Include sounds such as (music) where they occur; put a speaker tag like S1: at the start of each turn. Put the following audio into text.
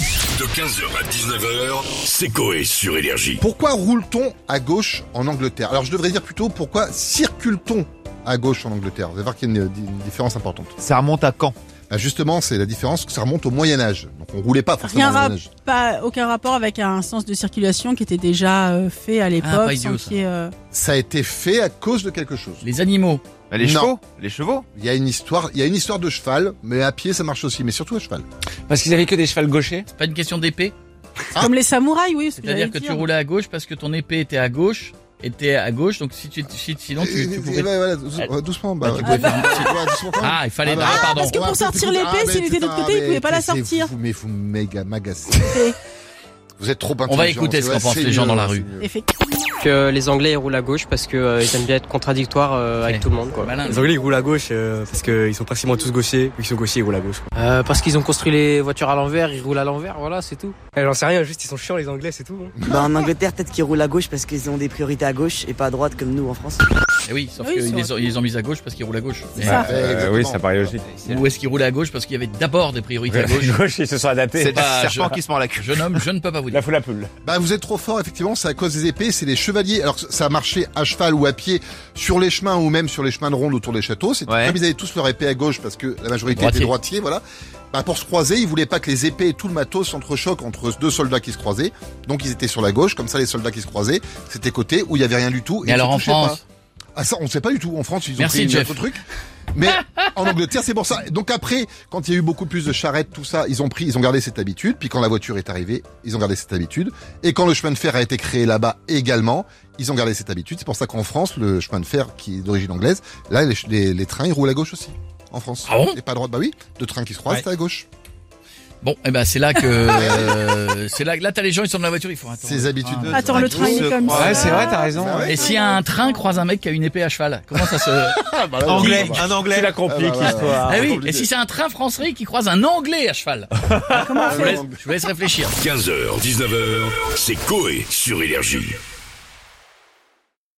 S1: De 15h à 19h, c'est Coé sur Énergie.
S2: Pourquoi roule-t-on à gauche en Angleterre Alors je devrais dire plutôt pourquoi circule-t-on à gauche en Angleterre Vous allez voir qu'il y a une, une différence importante.
S3: Ça remonte à quand
S2: Bah, justement, c'est la différence que ça remonte au Moyen Âge. Donc on roulait pas forcément
S4: Rien
S2: au Moyen
S4: rap-
S2: Âge.
S4: pas aucun rapport avec un sens de circulation qui était déjà euh, fait à l'époque.
S5: Ah, pas idiot,
S4: sans qu'il y ait, euh,
S2: Ça a été fait à cause de quelque chose.
S5: Les animaux.
S3: Les
S2: Non.
S3: chevaux Les chevaux
S2: Il y a une histoire, il y a une histoire de cheval, mais à pied ça marche aussi, mais surtout à cheval.
S6: Parce qu'ils avaient que des chevals gauchers.
S5: C'est pas une question d'épée.
S2: Ah.
S4: Comme les samouraïs, oui. ce que
S5: C'est-à-dire
S4: j'allais
S5: que tu
S4: dire.
S5: roulais à gauche parce que ton épée était à gauche, était à gauche, donc si tu, si- sinon tu,
S2: Et-
S5: tu
S2: et-
S5: pouvais.
S2: et bah, voilà, douce- euh, doucement, bah,
S5: Ah, tu
S2: ouais.
S5: pouvais faire un
S2: Tu vois, doucement, quand même.
S5: Ah, il fallait.
S2: Ah, bah,
S5: ah, pardon.
S4: parce que- pour
S2: Ouais,
S4: sortir
S2: putain,
S4: l'épée,
S2: mais
S4: s'il était de l'autre
S2: putain,
S4: côté, il
S2: mais
S4: pouvait pas la
S2: c'est-
S4: sortir.
S2: vous- Mais vous méga m'agacez. Vous êtes trop
S5: On va écouter
S2: intelligents,
S5: ce qu'en
S2: c'est-
S5: pensent
S2: c'est
S5: les gens
S2: mieux,
S5: dans la
S2: c'est
S5: rue.
S2: mieux.
S4: Effectivement.
S7: que les Anglais ils roulent à gauche parce que euh, ils aiment bien être contradictoires euh,
S5: Ouais.
S7: avec tout le monde. Quoi.
S5: Malin.
S8: Les Anglais ils roulent à gauche euh, parce qu'ils sont pratiquement tous gauchers. Vu qu'ils sont gauchers, ils roulent à gauche. quoi.
S6: Euh, parce qu'ils ont construit les voitures à l'envers, ils roulent à l'envers, voilà, c'est tout.
S8: Eh, J'en sais rien, juste ils sont chiants les Anglais, c'est tout. hein.
S9: Bah en Angleterre, peut-être qu'ils roulent à gauche parce qu'ils ont des priorités à gauche et pas à droite comme nous en France.
S5: Eh oui, sauf
S4: Oui,
S5: qu'ils
S4: ils sont
S5: les, ont- ils les ont mis à gauche parce qu'ils roulent à gauche.
S4: C'est
S5: Mais-
S4: ça.
S2: Ouais, exactement.
S10: oui, ça paraît logique.
S5: Ou est-ce qu'ils roulaient à gauche parce qu'il y avait d'abord des priorités à
S2: (laughs)
S5: gauche
S10: gauche, ils se sont
S3: C'est
S10: adaptés.
S5: pas-
S3: un serpent
S5: je-
S3: qui se mord la queue.
S5: Jeune homme, je ne peux pas vous
S10: La
S5: dire.
S10: foule à poule.
S2: Bah vous êtes trop fort effectivement, c'est à cause des épées, c'est les chevaliers. Alors ça marchait à cheval ou à pied sur les chemins ou même sur les chemins de ronde autour des châteaux. C'est
S3: Ouais.
S2: comme ils avaient tous leur épée à gauche parce que la majorité
S5: Droitier.
S2: était droitier, voilà. Bah pour se croiser, ils voulaient pas que les épées et tout le matos s'entrechoquent entre deux soldats qui se croisaient. Donc ils étaient sur la gauche, comme ça les soldats qui se croisaient, c'était côté où il y avait rien du tout. ils
S5: Mais
S2: se
S5: alors en
S2: touchaient
S5: France,
S2: pas. Ah ça on sait pas du tout. En France ils ont
S5: Merci,
S2: pris
S5: Jeff.
S2: un autre truc.
S5: (laughs)
S2: Mais en Angleterre, c'est pour ça. Donc après, quand il y a eu beaucoup plus de charrettes, tout ça, ils ont pris, ils ont gardé cette habitude. Puis quand la voiture est arrivée, ils ont gardé cette habitude. Et quand le chemin de fer a été créé là-bas également, ils ont gardé cette habitude. C'est pour ça qu'en France, le chemin de fer qui est d'origine anglaise, là, les, les- les trains, ils roulent à gauche aussi. En France.
S5: Ah bon
S2: Et pas à droite. Bah oui, deux trains qui se croisent,
S5: Ouais.
S2: c'est à gauche.
S5: bon, eh ben c'est là que euh, c'est là. Là, t'as les gens, ils sont dans la voiture, ils font attends. Ah.
S2: Ces habitudes.
S3: Ah,
S4: Attends, le
S3: Tous
S4: train, il
S3: se
S4: est comme ça.
S3: croient.
S6: Ouais, c'est vrai, t'as raison.
S2: Bah ouais.
S5: Et si un train croise un mec qui a une épée à cheval, comment ça se
S2: Bah là,
S6: Anglais,
S2: bah,
S6: un
S10: Tu
S6: anglais.
S10: la compliques,
S2: Ah, bah,
S10: l'histoire.
S5: Ah oui,
S2: compliqué.
S5: et si c'est un train français qui croise un Anglais à cheval
S4: Ah, Comment on
S5: Je vous
S4: fait
S5: laisse- je vous laisse réfléchir.
S1: 15h, 19h, c'est Coé sur Énergie.